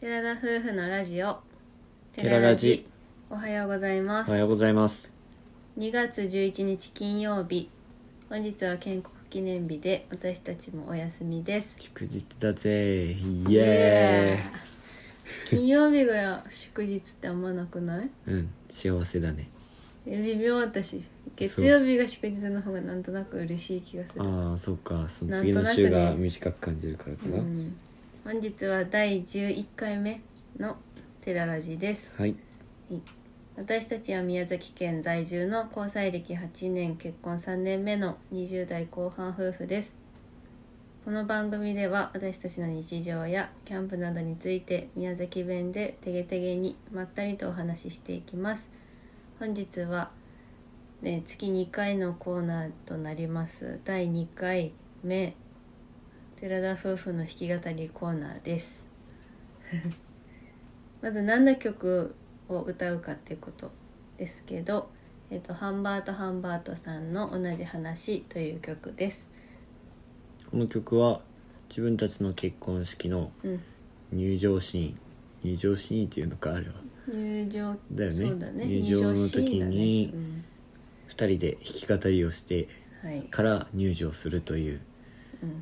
寺田夫婦のラジオテララジおはようございまおす、はようございます。 2月11日金曜日本日は建国記念日で私たちもお休みです祝日だぜ。イイエーイ金曜日が祝日ってあんまなくないーイ。うん、幸せだね。え微妙私月曜日が祝日の方がなんとなく嬉しい気がするああ、そっか。そのなん次とのなくね週が短く感じるからかうな。ん本日は第11回目のテララジですはい。私たちは宮崎県在住の交際歴8年結婚3年目の20代後半夫婦ですこの番組では私たちの日常やキャンプなどについて宮崎弁でてげてげにまったりとお話ししていきます本日は、ね、月2回のコーナーとなります第2回目寺田夫婦の弾き語りコーナーですまず何の曲を歌うかっていうことですけど、えっとハンバート・ハンバートさんの「同じ話」という曲です。この曲は自分たちの結婚式のうん、入場シーン。入場シーンっていうのか、あれは。入場だよねそうだね入場の入場シ時にーン二人で弾き語りをして、だねうんはいから入場するという、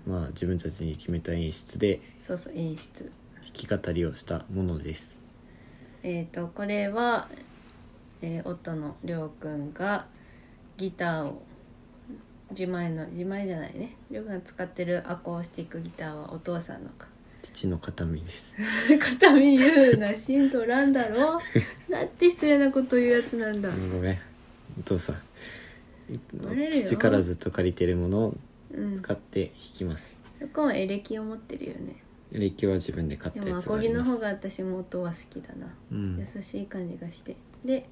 うん、まあ自分たちに決めた演出でそうそう演出。弾き語りをしたものです。えっ、とこれは、えー、夫のりょうくんがギターを自前の自前じゃないねりょうくんが使ってるアコースティックギターはお父さんのか父の形見です。片身言うな信徒らんだ ろなんて失礼なこと言うやつなんだ、ごめんお父さんバレるよ父からずっと借りてるものをうん使って弾きますそこはエレキを持ってるよねレッキは自分で買っでたやもアつがコあギりのます方が私も音は好きだな、うん、優しい感じがしてで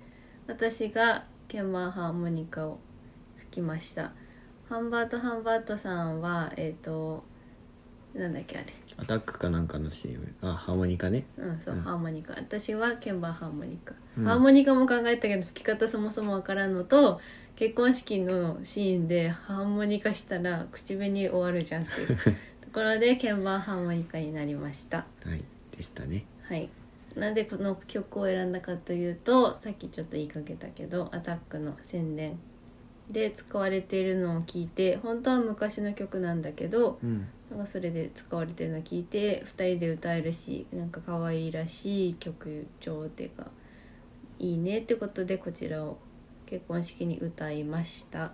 私が鍵盤ハーモニカを吹きましたハンバート・ハンバートさんはえっ、となんだっけあれアタックかなんかの CM あハーモニカねうんそう、うんハーモニカ私は鍵盤ハーモニカ、うんハーモニカも考えたけど吹き方そもそもわからんのと結婚式のシーンでハーモニカしたら口紅終わるじゃんっていう ところで鍵盤ハーモニカになりましたはいでしたねはいなんでこの曲を選んだかというとさっきちょっと言いかけたけど「アタックの宣伝で使われているのを聞いて本当は昔の曲なんだけどうんなんかそれで使われてるのを聞いて2人で歌えるしなんか可愛いらしい曲調でがいいねってことでこちらを結婚式に歌いました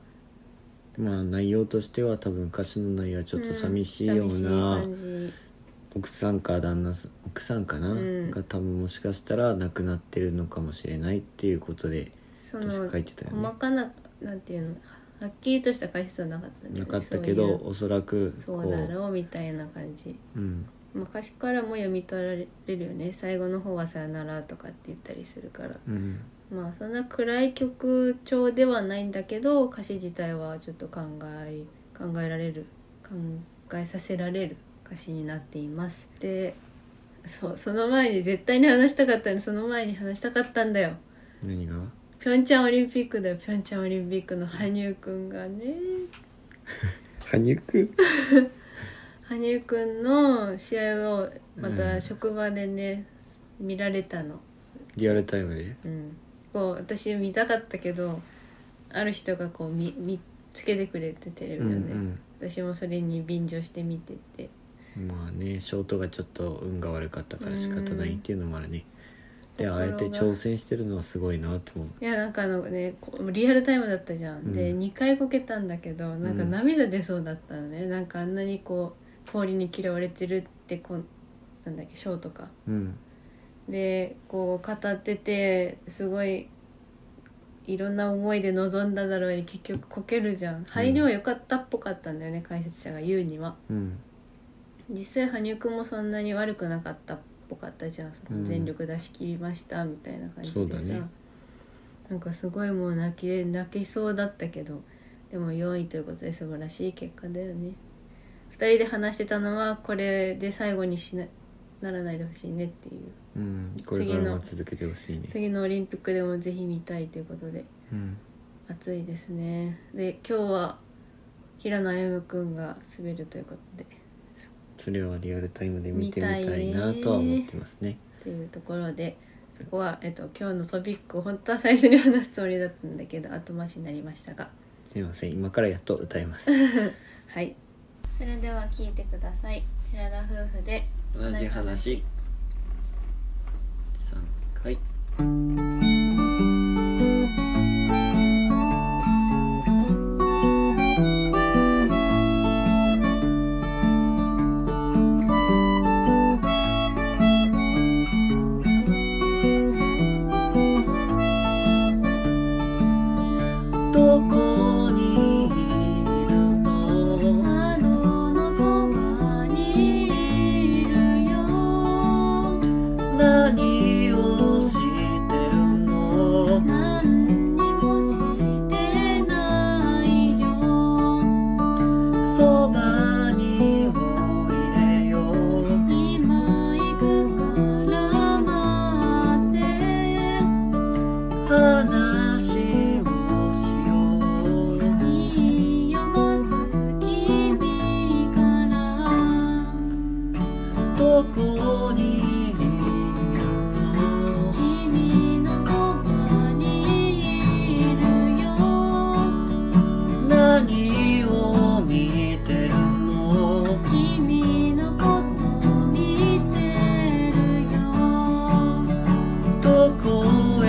まあ内容としては多分歌詞の内容はちょっと寂しいよんう寂しいな、感じ奥さんか旦那さん奥さんかな、うんが多分もしかしたら亡くなってるのかもしれないっていうことでそ確のか書いてたよね細かななんていうのはっきりとした解説はなかったんだよなねかったけどそういうおそらくこそうだろうみたいな感じう、うん、昔からも読み取られるよね最後の方は「さよなら」とかって言ったりするからうん、まあそんな暗い曲調ではないんだけど歌詞自体はちょっと考え考えられる考えさせられる歌詞になっていますでそうその前に絶対に話したかったのその前に話したかったんだよ何がピョンチャンオリンピックだよピョンチャンオリンピックの羽生くんがね羽生くん羽生くんの試合をまた職場でね、見られたの、リアルタイムでうん、こう私見たかったけどある人がこう見見つけてくれてテレビうをね、ん私もそれに便乗して見ててうんまあねショートがちょっと運が悪かったから仕方ないっていうのもあるねでとこあろえがて挑戦してるのはすごいなと思いやなんかあのねこうリアルタイムだったじゃん、うんで2回こけたんだけどなんかうん涙出そうだったのね、なんかあんなにこう氷に嫌われてるってこうなんだっけショーとかううんでこう語っててすごいいろんな思いで臨んだだろうに結局こけるじゃん入りは良かったっぽかったんだよね、解説者が言うにはうん実際羽生くんもそんなに悪くなかったっぽかったじゃんそのうん全力出し切りましたみたいな感じそうでださ、ねなんかすごいもう泣き泣きそうだったけどでも4位ということで素晴らしい結果だよね2人で話してたのはこれで最後にしなならないでほしいねっていううんこれからも続けてほしいね次のオリンピックでもぜひ見たいということでうん暑いですねで今日は平野歩夢くんが滑るということでそれをリアルタイムで見てみたいなとは思ってますねというところでそこは、えっと、今日のトピックを本当は最初に話すつもりだったんだけど後回しになりましたがすいません今からやっと歌いますはいそれでは聞いてください寺田夫婦で同じ話3回どこにいるの窓のそばにいるよ何をしてるの何にもしてないよそばにおいでよ今行くから待って話をしよういいよ待つ君からどこにいるの君のそばにいるよ何を見てるの君のこと見てるよどこへ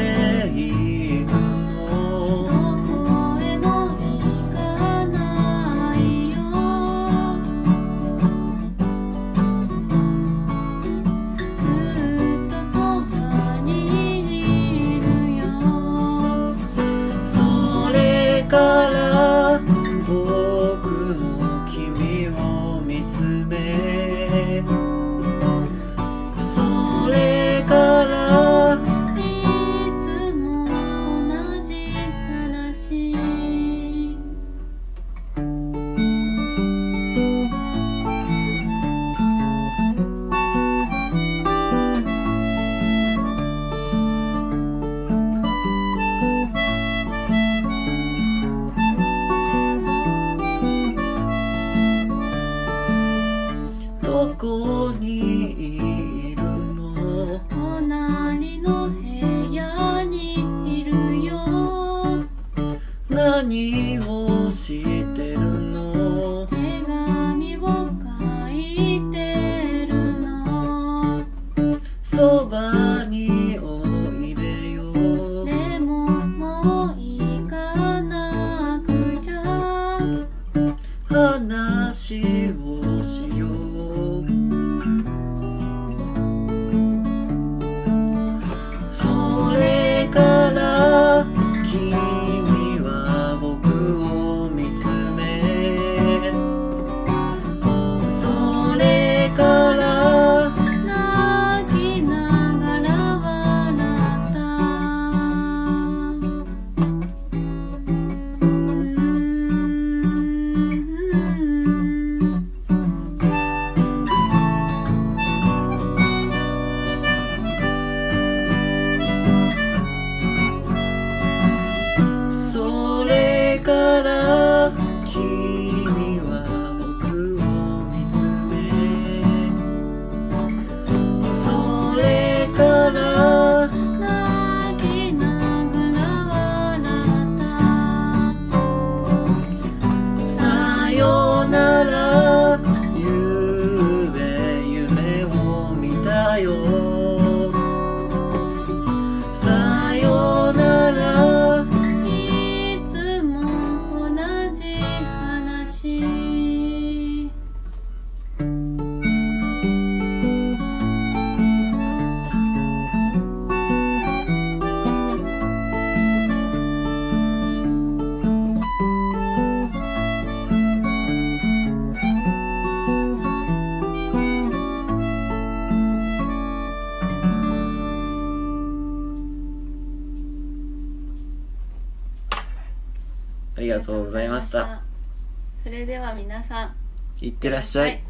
行く「どこのへも行かないよ」「ずっとそばにいるよ」それから僕の君を見つめそれから「いつも同じ話」どこにいるの「隣の部屋にいるよ」何をしてる「の手紙を書いてるの」そばにおいでよでももう行かなくちゃ話をしようそれから君は僕を見つめそれから泣きながら笑ったうんそれから君は僕を見つめそれから泣きながら笑ったさよならゆうべ夢を見たよさよならいつも同じ話ありがとうございましたそれでは皆さんいってらっしゃいはい